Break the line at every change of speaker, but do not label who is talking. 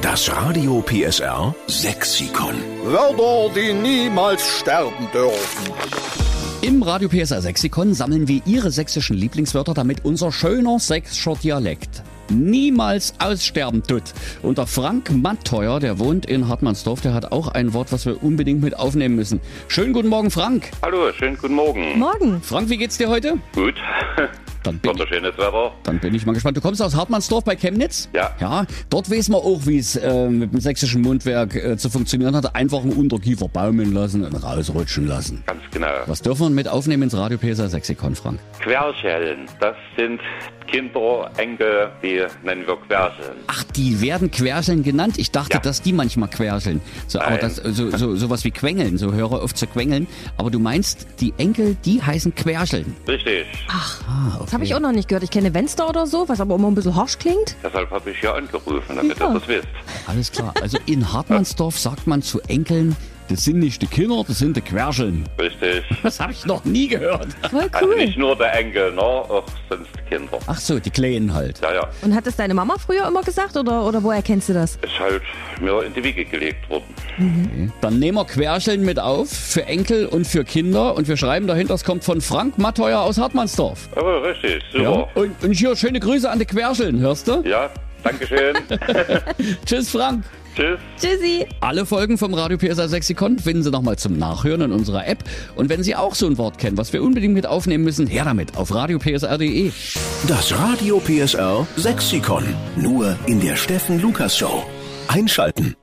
Das Radio PSR Sexikon.
Wörter, die niemals sterben dürfen.
Im Radio PSR Sexikon sammeln wir Ihre sächsischen Lieblingswörter, damit unser schöner sächsischer Dialekt niemals aussterben tut. Und der Frank Matteuer, der wohnt in Hartmannsdorf, der hat auch ein Wort, was wir unbedingt mit aufnehmen müssen. Schönen guten Morgen, Frank.
Hallo, schönen guten Morgen.
Morgen.
Frank, wie geht's dir heute?
Gut.
Dann bin,
Wunderschönes Wetter.
dann bin ich mal gespannt. Du kommst aus Hartmannsdorf bei Chemnitz?
Ja.
Ja, dort weiß man auch, wie es äh, mit dem sächsischen Mundwerk äh, zu funktionieren hat. Einfach einen Unterkiefer baumeln lassen und rausrutschen lassen.
Ganz genau.
Was dürfen wir mit aufnehmen ins Radio PSA Sexikon, Frank?
Querschellen, das sind Kinder, Enkel, die nennen wir Querschellen.
Ach, die werden Querseln genannt. Ich dachte,
Ja.
dass die manchmal querseln. So, aber
Nein.
das, so, so, sowas wie Quengeln, so höre auf zu quengeln. Aber du meinst, die Enkel, die heißen Querseln.
Richtig.
Das habe ich auch noch nicht gehört. Ich kenne Wenster oder so, was aber immer ein bisschen harsch klingt.
Deshalb habe ich hier angerufen, damit
Ja.
ihr das wisst.
Alles klar. Also in Hartmannsdorf sagt man zu Enkeln, das sind nicht die Kinder, das sind die Querseln.
Richtig.
Das habe ich noch nie gehört.
Voll
Also
cool.
nicht nur der Enkel, ne? auch sonst Kinder.
Ach so, die Kleinen halt.
Ja, ja.
Und hat das deine Mama früher immer gesagt oder, oder woher kennst du das?
Ist halt mir in die Wiege gelegt worden.
Dann nehmen wir Querseln mit auf für Enkel und für Kinder und wir schreiben dahinter, es kommt von Frank Matteuer aus Hartmannsdorf.
Aber richtig,
Ja.
super.
Und, und hier schöne Grüße an die Querseln, hörst du?
Ja, Dankeschön.
Tschüss, Frank.
Tschüss.
Tschüssi.
Alle Folgen vom Radio PSA Sexikon finden Sie nochmal zum Nachhören in unserer App. Und wenn Sie auch so ein Wort kennen, was wir unbedingt mit aufnehmen müssen, her damit auf radiopsr.de.
Das Radio PSR Sexikon. Nur in der Steffen Lukas Show. Einschalten.